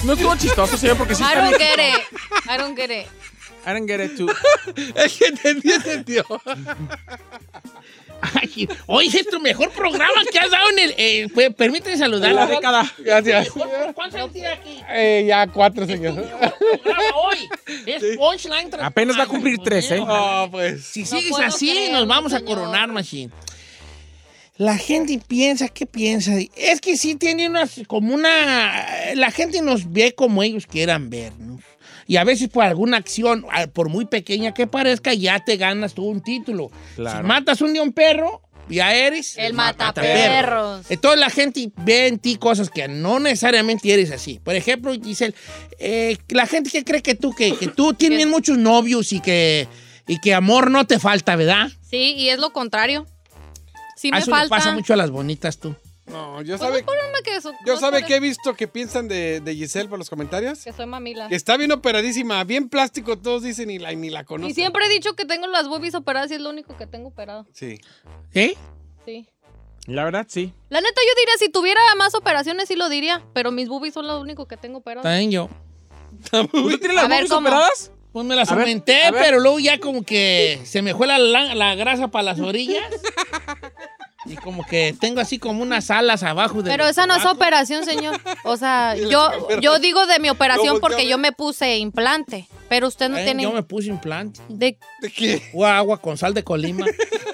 D: No estuvo chistoso, señor, porque sí
C: I
D: está
C: don't
D: bien.
C: get it. I don't get it.
D: I don't get it too.
A: Es que entendió, entendió.
B: (laughs) Ay, Hoy es tu mejor programa que has dado en el. eh, pues, permíteme saludar.
D: La década.
A: Gracias.
B: ¿Cuántos años tiene aquí?
A: Eh, ya cuatro, señor.
B: Programa hoy. Es punchline tras-
D: Apenas va a cumplir
B: Ay,
D: tres, ¿eh?
A: No, pues.
B: Si
C: No
B: sigues
C: puedo
B: así,
C: creerlo,
B: nos vamos a
C: señor.
B: coronar, Machine. La gente piensa, ¿qué piensa? Es que sí tiene unas, como una... La gente nos ve como ellos quieran vernos. Y a veces por alguna acción, a- por muy pequeña que parezca, ya te ganas tú un título. Si matas un día un perro, ya eres...
C: El
B: mataperro.
C: mataperros.
B: Entonces la gente ve en ti cosas que no necesariamente eres así. Por ejemplo, Giselle, eh, la gente que cree que tú, que, que
C: (laughs)
B: tú tienes muchos novios y que, y que amor no te falta, ¿verdad?
C: Sí, y es lo contrario. Sí
B: Ah,
C: me
B: Eso le
C: falta.
B: pasa mucho a las bonitas tú.
A: No, yo
C: Pues
A: sabe,
C: no, por una que eso-
A: yo
C: no
A: sabe
C: por-
A: que he visto que piensan de, de Giselle por los comentarios.
C: Que soy mamila.
A: Que está bien operadísima, bien plástico, todos dicen y la, ni la conocen.
C: Y siempre he dicho que tengo las boobies operadas y es lo único que tengo operado.
A: Sí.
B: ¿Eh?
C: Sí.
D: La verdad, sí.
C: La neta, yo diría, si tuviera más operaciones, sí lo diría. Pero mis boobies son lo único que tengo operado.
B: También
D: (laughs)
B: yo.
D: ¿Usted tiene las
C: A ver,
D: manos
C: ¿cómo?
D: operadas?
B: Pues me las
D: A ver,
B: aumenté,
D: a ver.
B: pero luego ya como que se me fue la, la- la grasa para las
D: (laughs)
B: orillas. y como que tengo así como unas alas abajo de.
C: Pero esa no es operación, señor. O
A: (laughs)
C: sea, yo, yo digo de mi operación
A: Lo volteó a
C: porque
A: ver.
C: yo me puse implante. Pero usted no
B: Eh,
C: tiene.
B: Yo
C: (laughs)
B: me puse implante.
C: De...
A: ¿De qué?
B: O agua con sal de Colima.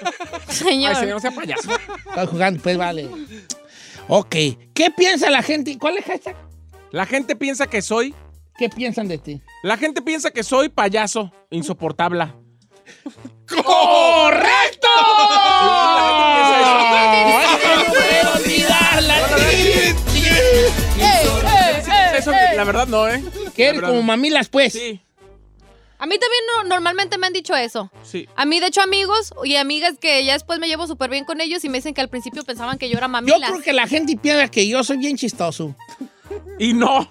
C: (laughs) Señor.
D: sea payaso.
B: Estás jugando, pues vale. Ok. ¿Qué piensa la gente? ¿Cuál es hashtag?
D: La gente piensa que soy.
B: ¿Qué piensan de ti?
D: La gente piensa que soy payaso. Insoportable.
B: ¡Correcto!
D: ¡Ah!
B: ¡Pero olvidarla! pues,
D: Eso, la verdad, no, ¿eh?
B: Que
D: La
B: eres
D: verdad,
B: como
D: no.
B: mamilas, pues.
D: Sí,
C: A mí también no- normalmente me han dicho eso.
D: sí.
C: A mí, de hecho, amigos y amigas que ya después me llevo súper bien con ellos y me dicen que al principio pensaban que yo era
B: Yo
C: mamila.
B: creo que la gente piensa que yo soy bien chistoso.
D: Y no.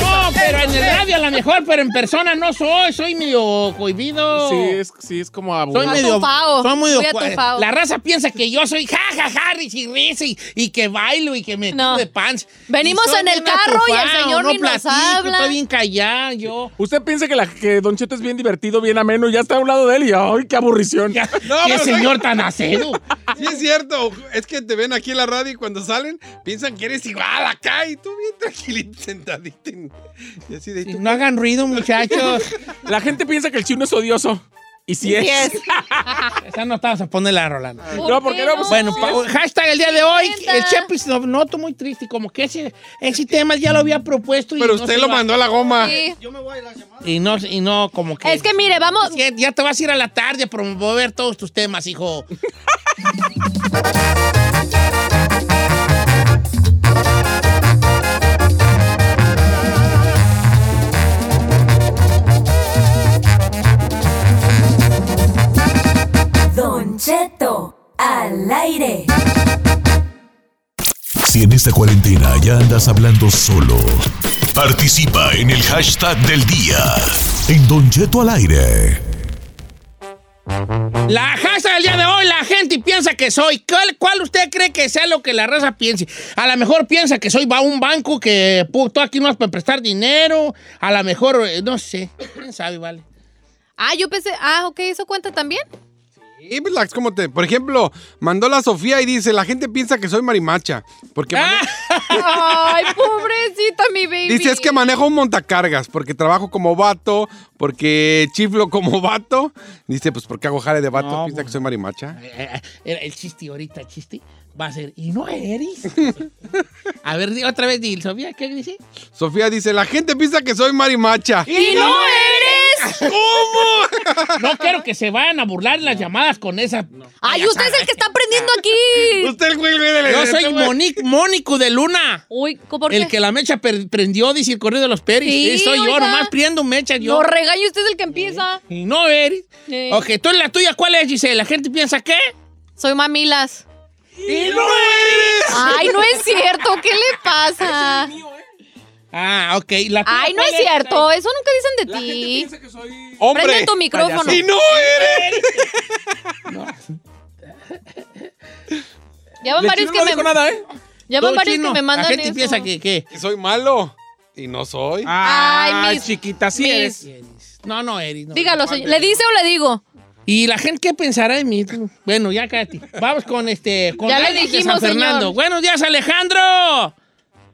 B: No, pero en el radio a lo mejor, pero en persona no soy. Soy medio cohibido.
D: Sí, es, sí, es como
B: Soy
D: aburrido.
C: Muy
B: medio,
C: atufado,
B: soy medio
C: muy
B: cua-
C: atufado.
B: La raza piensa que yo soy jajaja, ja, ja, risa y risa y, y que bailo y que me
C: No.
B: tiro de pants.
C: Venimos
B: Y soy
C: en el
B: bien
C: carro y el
B: atufado,
C: señor
B: no
C: ni nos
B: platico,
C: habla.
B: Estoy bien callado, yo.
D: Usted piensa que, la, que Don Cheto es bien divertido, bien ameno, y ya está a un lado de él y ¡ay, qué aburrición! (laughs)
B: Ya-
A: No,
B: qué
A: pero-
B: señor tan acedo.
A: (laughs) Sí, es cierto. Es que te ven aquí en la radio y cuando salen piensan que eres igual acá y tú bien tranquilito, sentadito. Y así de.
B: No hagan ruido, muchachos.
D: (laughs) La gente piensa que el chino es odioso. Y si es. (laughs)
B: Esa no estabas a ponerla, Rolando.
C: ¿Por
D: No, porque
C: qué
D: no, pues,
B: Bueno, pa- hashtag el día de hoy,
C: Cuenta.
B: el Chepis lo noto muy triste, como que ese, ese tema ya lo había propuesto y
A: Pero
B: no
A: usted
B: se
A: lo
B: iba-
A: mandó a la goma.
C: Sí.
B: Y no, y no como que...
C: Es que mire, vamos.
B: Es que ya te vas a ir a la tarde a promover todos tus temas, hijo.
E: Don Cheto, al aire.
J: Si en esta cuarentena ya andas hablando solo, participa en el hashtag del día. En Don Cheto al aire.
B: La hashtag del día de hoy, la gente piensa que soy. ¿Cuál, cuál usted cree que sea lo que la raza piense? A lo mejor piensa que soy va a un banco que puto aquí no es para prestar dinero. A lo mejor, eh, no sé. ¿Quién sabe, vale?
C: Ah, yo pensé. Ah, ok, ¿eso cuenta
A: (laughs)
C: también?
A: Y pues, la- ¿cómo te? Por ejemplo, mandó la Sofía y dice, la gente piensa que soy marimacha. Porque mane-
C: Ay, pobrecita mi baby.
A: dice, es que manejo un montacargas, porque trabajo como vato, porque chiflo como vato. Dice, pues, ¿por qué hago jale de vato?
B: No,
A: piensa
B: pues.
A: que soy marimacha.
B: Eh, eh, eh, El chiste ahorita, el chiste, va a ser, y no eres. a ver, di- otra vez, di, Sofía, ¿qué dice?
A: Sofía dice, la gente piensa que soy marimacha.
B: ¡Y no
A: (laughs)
C: eres!
A: ¿Cómo?
B: (laughs) No quiero que se vayan a burlar las llamadas con esa.
C: Ay, usted Ah, es el que está aprendiendo
B: (laughs)
C: aquí.
A: Usted, güey, güey, de-
B: Yo
A: de-
B: soy Monique, Mónico de Luna.
C: Uy, ¿por qué?
B: El que la mecha per- prendió, dice el correo de los peris.
C: Sí,
B: Sí, soy yo,
C: oiga.
B: nomás prendo mecha yo.
C: No regaño, usted es el que empieza.
B: y no eres.
C: Sí.
B: Ok, tú la tuya, ¿cuál es, Giselle? ¿La gente piensa qué?
C: Soy mamilas.
B: ¡Y no eres!
C: Ay, no es cierto. ¿Qué le pasa?
B: Ah, ok. ¿la tuya
C: Ay, no
B: cuál
C: es cierto. Eso nunca dicen de ti. Prende
A: Hombre.
C: tu micrófono.
A: Y no eres.
C: Ya van
D: Le
C: varios
D: chino
C: que
D: no
C: me
D: dijo nada, ¿eh?
C: Ya
B: Tú,
C: van varios
B: Chino,
C: que me mandan
B: ¿La gente
C: eso.
B: piensa que qué?
A: Que soy malo. Y no soy.
D: Ah,
C: mis-
D: chiquita, sí
C: mis-
D: eres.
B: No, no eres. no.
C: Dígalo, señor. ¿Le dice o le digo?
B: ¿Y la gente qué pensará de mí? Bueno, ya cállate. Vamos con este. Con
C: Ya le
B: Alex de
C: dijimos,
B: San Fernando.
C: señor.
B: Buenos días, Alejandro.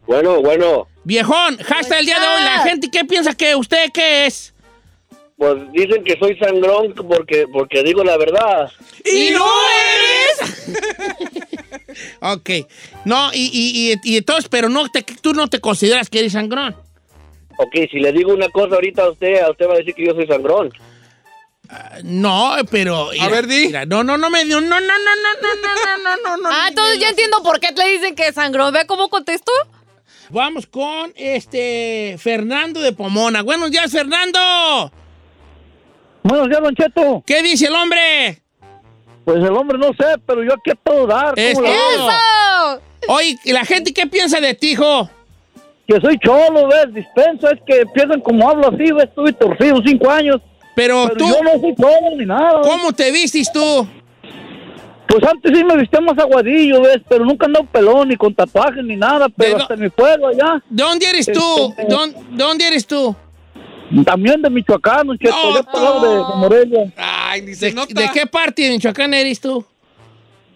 H: Bueno, bueno,
B: Viejón, hashtag el día de hoy. La
C: días.
B: gente qué piensa que usted qué es.
H: pues dicen que soy sangrón porque, porque digo la verdad.
B: ¡Y no eres! (laughs) ok. No, y, y, y, y entonces, pero no te, tú no te consideras que eres sangrón.
H: Ok, si le digo una cosa ahorita a usted, a usted va a decir que yo soy sangrón.
B: No, pero. mira,
A: ver, di.
B: mira, no, no, no me dio. No, no, no, no, no, no, no, no, no.
C: Ah, entonces ya entiendo por qué le dicen que es sangrón. ¿Ve cómo contesto?
B: Vamos con este Fernando de Pomona. Buenos días, Fernando.
K: Buenos días, Don Cheto.
B: ¿Qué dice el hombre?
K: Pues el hombre no sé, pero yo aquí puedo dar.
B: Es
K: ¿cómo la ve?
B: todo.
C: ¡Eso!
B: Oye, ¿y la gente qué piensa de ti, hijo?
K: Que soy cholo, ¿ves? Dispensa, es que empiezan como hablo así, ¿ves? Estuve torcido cinco años.
B: Pero,
K: Pero
B: tú,
K: yo no soy cholo ni nada.
B: ¿cómo te vistes tú?
K: Pues antes sí me vistía más aguadillo, ¿ves? Pero nunca andaba pelón, ni con tatuajes, ni nada. Pero
B: no-
K: hasta en mi pueblo allá, Este,
B: ¿De dónde eres tú? ¿De dónde- dónde eres tú?
K: también de Michoacán, Don Cheto,
A: No,
K: yo por el lado de, de Morelia.
A: Ay, ni se
B: ¿De,
A: nota.
B: de qué parte de Michoacán eres tú?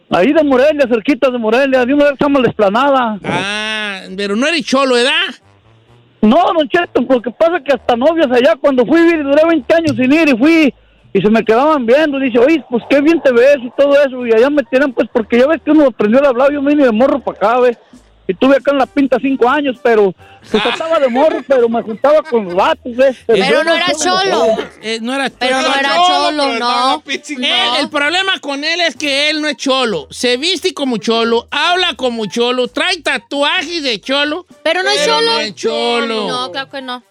K: Ahí de Morelia, cerquita de Morelia, de una vez estamos en la esplanada.
B: Ah, pero no eres cholo, ¿verdad?
K: No, Don Cheto, porque pasa que hasta novias allá, cuando fui, vi- duré 20 años sin ir y fui, y se me quedaban viendo, dice, oye, pues qué bien te ves y todo eso, y allá me tiran, pues, porque ya ves que uno aprendió a hablar, yo me vine de morro para acá, ¿ves? Y tuve acá en la pinta cinco años, pero pues
B: Ah.
K: estaba de morro, pero me juntaba con los vatos, ¿ves?
C: Pero
K: yo
C: no era
K: soy de los
C: cholo.
K: cholo.
B: Eh, no era
C: Pero no era cholo,
A: pero
C: no.
A: estaba pinche-
B: Él- el problema con él es que él no es cholo. Se viste como cholo, habla como cholo, trae tatuajes de cholo.
C: Pero no es
B: Pero
C: cholo.
B: no es cholo.
C: No, claro que no.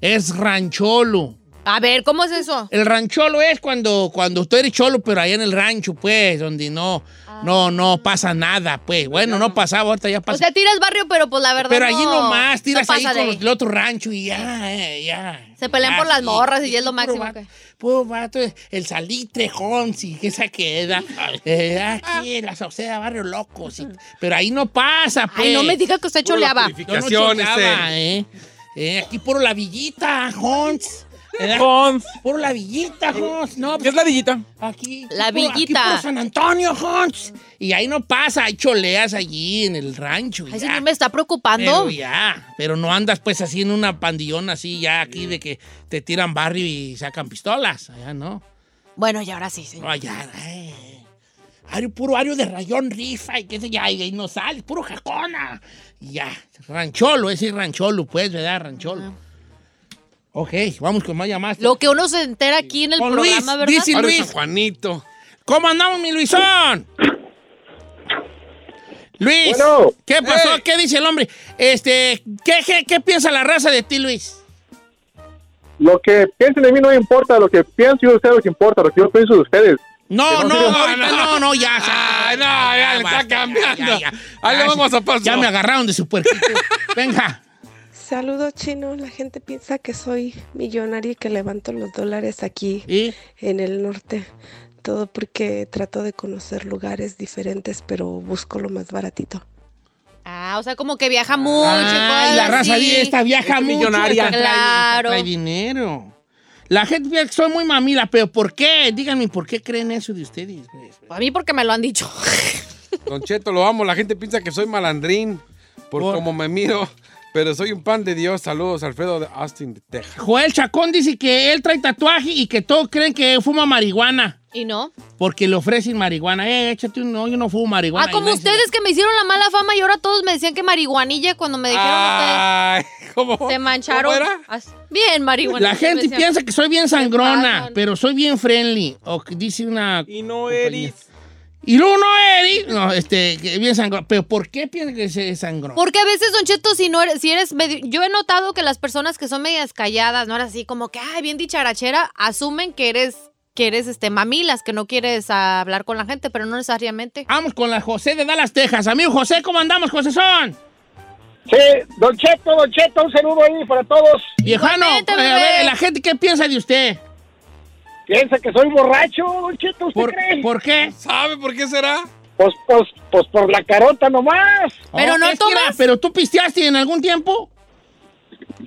B: Es rancholo.
C: A ver, ¿cómo es eso?
B: El rancholo es cuando, cuando tú eres cholo, pero allá en el rancho, pues, donde no, no, no pasa nada, pues. Bueno, no pasaba, ahorita ya
C: Ah. O
B: pasa.
C: sea, tiras barrio, pero pues la verdad
B: pero
C: no.
B: allí nomás, tiras
C: no
B: ahí
C: pasa
B: con
C: de
B: los- el otro rancho y ya, eh, ya.
C: Se pelean por las morras y es
B: puro
C: lo máximo
B: vato-
C: que-
B: puro vato, el salitre, Honsi, que (laughs) esa queda. Eh, aquí en la sociedad, barrio loco. sí. Pero ahí no pasa, pues.
C: Ay, no me digas que usted choleaba.
B: Yo
A: purific-
B: no
A: Explicación,
B: chocaba, eh. Eh, aquí puro la villita, Hons. ¿verdad?
D: Con-
B: Puro la villita, Hons. No, pues,
D: ¿Qué es la dillita?
B: Aquí.
C: La
B: aquí por- aquí
C: villita.
B: por San Antonio, Hans. Y ahí no pasa, hay choleas allí en el rancho.
C: Ay,
B: ya.
C: señor, me está preocupando.
B: pero ya, pero no andas pues así en una pandillón así ya aquí de que te tiran barrio y sacan pistolas, allá no.
L: Bueno, y ahora sí, señor.
B: Ay, ya, ay. Ario- puro ario de rayón rifa y qué sé yo, y ahí no sale, puro jacona. Y ya, rancholo, ese es rancholo, pues, ¿verdad? Rancholo. Ok, vamos con más llamadas.
C: Lo que uno se entera aquí en el
B: Con Luis,
C: programa, ¿verdad?
B: dice Luis. Juanito. ¿Cómo andamos, mi Luisón? Luis, ¿qué pasó? ¿Qué dice el hombre? Este, ¿qué, qué, qué piensa la raza de ti, Luis?
H: Lo que piensen de mí no me importa, lo que pienso yo de ustedes es lo que importa, lo que yo pienso de ustedes.
B: No,
H: Que
B: no,
H: sirven-
B: ahorita no, no, ya. no, ya, le está cambiando. Ahí vamos a pasar. Ya me agarraron de su puerquito. Venga.
M: Saludos chinos, la gente piensa que soy millonaria y que levanto los dólares aquí en el norte. Todo porque trato de conocer lugares diferentes, pero busco lo más baratito.
C: Ah, o sea, como que viaja mucho.
B: Ay,
C: cosas
B: Ah, la raza
C: así.
B: de esta viaja mucho. esta trae-
C: Claro.
B: esta Trae dinero. La gente piensa que soy muy mamila, pero ¿por qué? Díganme, ¿por qué creen eso de ustedes?
C: A mí porque me lo han dicho.
K: Don Cheto, lo amo. La gente piensa que soy malandrín por, cómo me miro, pero soy un pan de Dios. Saludos, Alfredo de Austin, de Texas.
B: Joel Chacón dice que él trae tatuaje y que todos creen que fuma marihuana.
C: ¿Y no?
B: Porque le ofrecen marihuana. Eh, échate un no, yo no fumo marihuana.
C: ah,
B: Y
C: como
B: nadie se-
C: ustedes que me hicieron la mala fama y ahora todos me decían que marihuanilla cuando me dijeron
B: Ay, Ah, ¿cómo?
C: ustedes. Se mancharon.
B: ¿cómo era?
C: As- Bien, marihuana.
B: La gente piensa que soy bien sangrona, pero soy bien friendly. O que dice una. Y no eres. Y luego no eres. No, este, que bien sangrona. Pero ¿por qué piensa que se- es sangrón?
C: Porque a veces, Don Cheto, si no eres, si eres medio- Yo he notado que las personas que son medias calladas, no eres así como que, ay, bien dicharachera, asumen que eres, que eres este mamilas, que no quieres ah, hablar con la gente, pero no necesariamente.
B: Vamos con la José de Dallas, Texas. Amigo José, ¿cómo andamos, José Son?
N: Sí, Don Cheto, Don Cheto, un saludo ahí para todos.
B: Viejano, eh, a ver, la gente, ¿qué piensa de usted?
N: Piensa que soy borracho, Don Cheto, ¿usted cree?
B: ¿Por qué?
N: ¿Sabe por qué será? Pues, pues, pues por la carota nomás.
B: Oh, es que era- ¿Pero tú pisteaste en algún tiempo?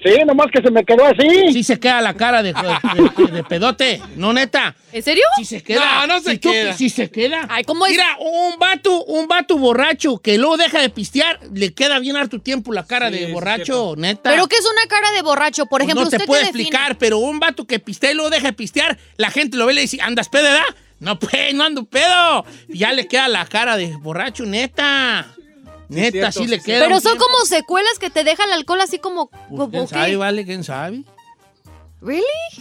N: Sí, nomás que se me quedó así.
B: Sí se queda la cara de, de- de- de pedote, no neta.
C: ¿En serio?
B: Sí se queda.
K: No, no se
B: Si tú-
K: queda.
B: sí se queda.
C: Ay, ¿cómo es?
B: Mira, un vato, un vato borracho que luego deja de pistear, le queda bien harto tiempo la cara de borracho, neta. Pues
C: Pero que es una cara de borracho, por ejemplo,
B: no
C: usted
B: te puedo
C: qué define?
B: explicar, pero un vato que pistea y luego deja de pistear, la gente lo ve y le dice, ¿andas pedo, edad? No, pues, no ando pedo. Y ya le queda la cara de borracho, neta. Neta, sí, le queda.
C: Pero
B: un
C: son
B: tiempo. Pues,
C: como secuelas que te deja el alcohol así como.
B: ¿Quién
C: como
B: sabe,
C: ¿qué?
B: vale? ¿Quién sabe?
C: ¿Really? Yo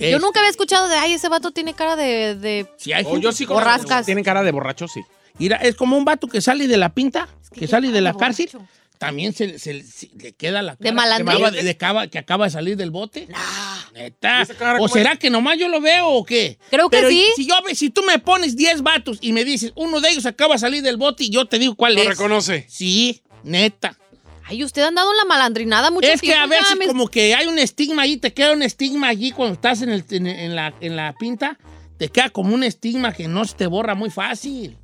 B: Es-
C: nunca había escuchado de, ay, ese vato tiene cara de. de
B: Si Este. hay
C: o
B: gente-
C: borrascas.
B: Tienen cara de borracho, sí. Mira, es como un vato que sale de la pinta, que sale de la cárcel. También se, se- se- le queda la cara. que
C: malandrín.
B: acaba de- de cava- que acaba de salir del bote. Neta. ¿O
K: cómo
B: será que nomás yo lo veo o qué?
C: Creo que
B: Pero
C: sí.
B: Si, yo, ve- si tú me pones 10 vatos y me dices, uno de ellos acaba de salir del bote y yo te digo cuál
K: Lo
B: es.
K: reconoce.
B: Sí, neta.
C: Ay, usted ha andado en la malandrinada mucho
B: es que
C: tiempo
B: a
C: ya,
B: veces
C: mis-
B: como que hay un estigma ahí, te queda un estigma allí cuando estás en, el- en- en la, en la pinta, te queda como un estigma que no se te borra muy fácil.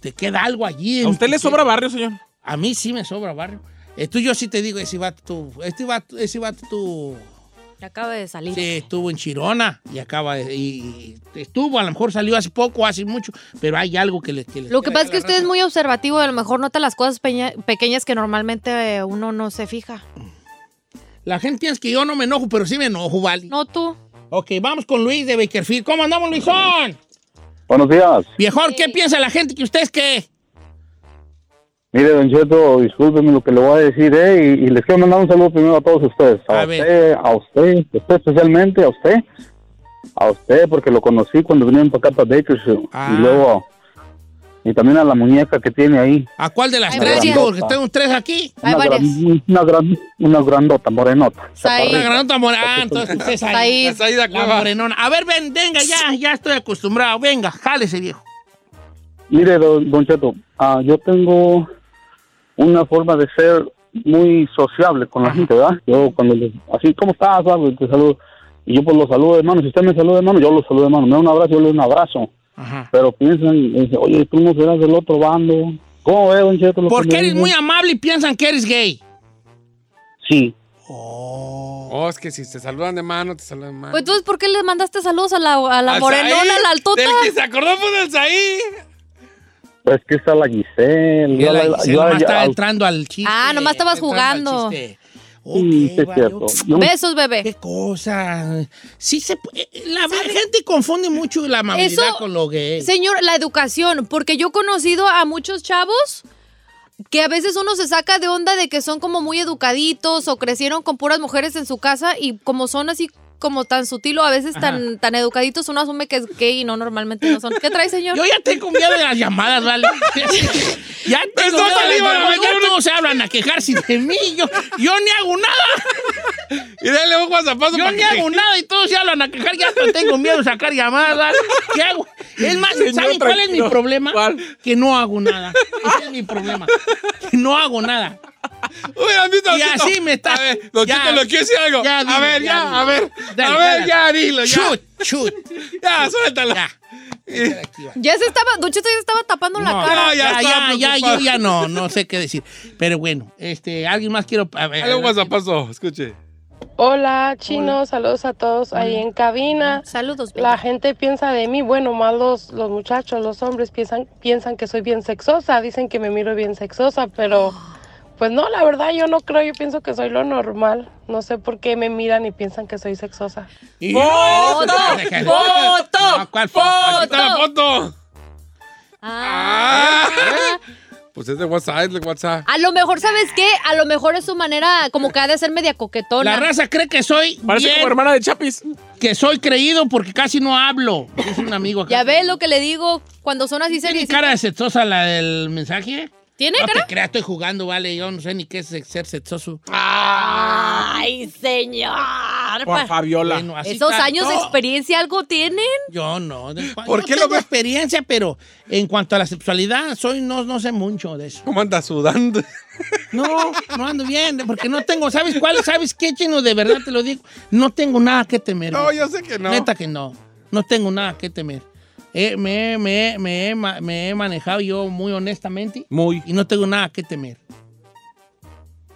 B: Te queda algo allí.
D: ¿A usted le sobra barrio, señor?
B: A mí sí me sobra barrio. Eh, tú yo sí te digo, ese vato, tú- este vato, ese vato tú,
C: Acaba de salir.
B: se estuvo en Chirona y acaba de- y, y estuvo, a lo mejor salió hace poco, hace mucho, pero hay algo que le... Que le
C: Lo que
B: queda
C: pasa es que
B: a la
C: usted es muy observativo y a lo mejor nota las cosas peña- pequeñas que normalmente eh, uno no se fija.
K: Ah.
B: La gente piensa que yo no me enojo, pero sí me enojo, ¿vale?
C: No tú.
B: Ok, vamos con Luis de Bakerfield. ¿Cómo andamos, Luisón?
O: Buenos días.
B: Viejón, ¿qué piensa la gente que usted es qué?
O: Mire, Don Cheto, discúlpeme lo que le voy a decir, ¿eh? Y, y les quiero mandar un saludo primero a todos ustedes. A,
B: A ver.
O: usted, a usted, a usted especialmente, a usted. A usted, porque lo conocí cuando vinieron para acá, para Bakersfield.
B: Ah.
O: Y luego, y también a la muñeca que tiene ahí.
B: ¿A cuál de las
O: Hay
B: tres?
O: varias.
B: Digo, Porque tengo tres aquí.
O: Una, gran- una, gran- una grandota, morenota.
B: Una
O: chaparrita.
B: granota morena. Ah, entonces usted es ahí.
O: Said. Said
B: La
O: Acueva.
B: morenona. A ver, ven, venga, ya, ya estoy acostumbrado. Venga, jálese, viejo.
O: Mire, don, don Cheto, ah, yo tengo una forma de ser muy sociable con la gente, ¿verdad? Yo cuando les, así, ¿cómo estás? Algo, y te saludo. Y yo pues los saludo de mano. Si usted me saluda de mano, yo lo saludo de mano. Me da un abrazo, yo le doy un abrazo. Pero piensan, y dicen, oye, tú no serás del otro bando. ¿Cómo ves, don Cheto? lo que
B: Porque
O: le
B: eres
O: digo?
B: muy amable y piensan que eres gay.
O: Sí.
K: Oh, es que si te saludan de mano, te saludan de mano.
C: Pues entonces, ¿por qué le mandaste saludos a la, a la
K: Al
C: morenona,
K: Saí,
C: a la altota? Ah,
K: Del que se acordó fue del Saí.
O: Pues que está la Giselle.
B: Que la
O: la-
B: Giselle
O: yo-
B: nomás
O: yo-
B: está
O: al-
B: entrando al chiste.
C: Ah, nomás estabas
B: Entrando al
C: jugando.
B: chiste.
O: sí, sí es cierto. Yo me-
C: Besos, bebé.
B: Qué cosa. Sí se pu- eh, la gente confunde mucho la amabilidad
C: Eso-
B: con lo gay.
C: Señor, la educación, porque yo he conocido a muchos chavos que a veces uno se saca de onda de que son como muy educaditos o crecieron con puras mujeres en su casa y como son así como tan sutil o a veces tan, tan educaditos, uno asume que es gay y no, normalmente no son. ¿Qué trae, señor?
B: Yo ya tengo miedo de las llamadas, ¿vale? ya tengo
C: Pensó
B: miedo
C: que
B: de
C: le iban a
B: las
C: meter
B: llamadas. Todos se hablan a quejarse de mí. Yo, yo ni hago nada.
K: Y dale un WhatsApp
B: Yo
K: para
B: ni
K: que-
B: hago nada y todos se hablan a quejar. Ya hasta tengo miedo de sacar llamadas. ¿Qué hago? Es más,
D: Señor,
B: ¿saben cuál es mi
D: tranquilo.
B: problema? Que no hago nada. Ese es mi problema. Que no hago nada. y
K: Chito.
B: así me está.
K: A ver, don
B: Ya,
K: Chito, le quiero decir algo.
B: ya,
K: A
B: dilo,
K: ver, ya,
B: dilo.
K: a ver,
B: Dale,
K: a ver,
B: dale.
K: ya, dilo, ya.
B: Chut, chut.
K: Ya, suéltala.
C: (laughs) Ya se estaba, Don Cheto ya se estaba tapando la
B: No,
C: cara.
B: ya, ya, ya, yo ya no, no sé qué decir. Pero bueno, este, alguien más quiero. A ver,
K: Dale un WhatsApp, escuche.
L: Hola, chino, saludos a todos ahí en cabina.
C: Saludos.
L: La gente piensa de mí, bueno, más los, los muchachos, los hombres piensan piensan que soy bien sexosa, dicen que me miro bien sexosa, pero pues no, la verdad yo no creo, yo pienso que soy lo normal. No sé por qué me miran y piensan que soy sexosa.
B: Y-
L: ¡Foto!
B: ¡Foto!
K: No, ¿Cuál foto? Aquí está la foto. Pues es de WhatsApp, es de WhatsApp.
C: A lo mejor, ¿sabes qué? A lo mejor es su manera como que ha de ser media coquetona.
B: La raza (laughs) cree que soy.
C: Parece como
B: hermana de Chapis. Que soy creído porque casi no hablo. Es un amigo acá.
C: Ya ves lo que le digo cuando son así
B: ¿Tiene
C: serias.
B: cara de sexosa la del mensaje?
C: ¿Tiene
B: no
C: cara?
B: Te creas, estoy jugando, vale. Yo no sé ni qué es ser sexoso.
C: Ay, señor. Pues,
B: Por Fabiola. Bueno, así
C: Esos
B: está.
C: años de
B: No.
C: experiencia algo tienen.
B: Yo no. ¿Por qué lo experiencia, pero en cuanto a la sexualidad, soy no, no sé mucho de eso.
K: ¿Cómo anda sudando?
B: (laughs) No, no ando bien, porque no tengo, ¿sabes cuál? ¿Sabes qué, chino? De verdad te lo digo. No tengo nada que temer.
K: No, yo sé que no.
B: Neta que no. No tengo nada que temer. Eh, me, me- me he ma- me he manejado yo muy honestamente. Muy. Y no tengo nada que temer.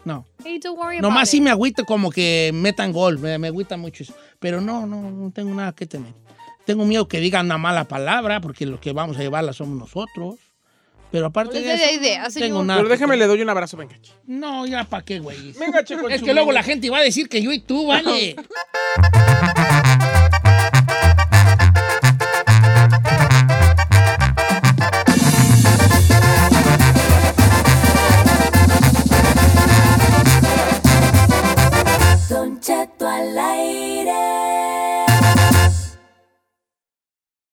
B: No.
C: Hey, don't worry
B: Nomás sí
C: about
B: me agüito como que metan gol, me, me agüita mucho eso. Pero no, no, no tengo nada que temer. Tengo miedo que digan una mala palabra, porque los que vamos a llevarla somos nosotros. Pero aparte
C: No
B: de
C: les dé
B: eso,
C: Pues idea,
B: no
C: señor.
B: tengo nada.
D: Pero déjame, le doy un abrazo, venga.
B: No, ya para qué, güey.
D: Venga, chico,
B: Es
D: chulo.
B: que luego la gente va a decir que yo y tú, vale.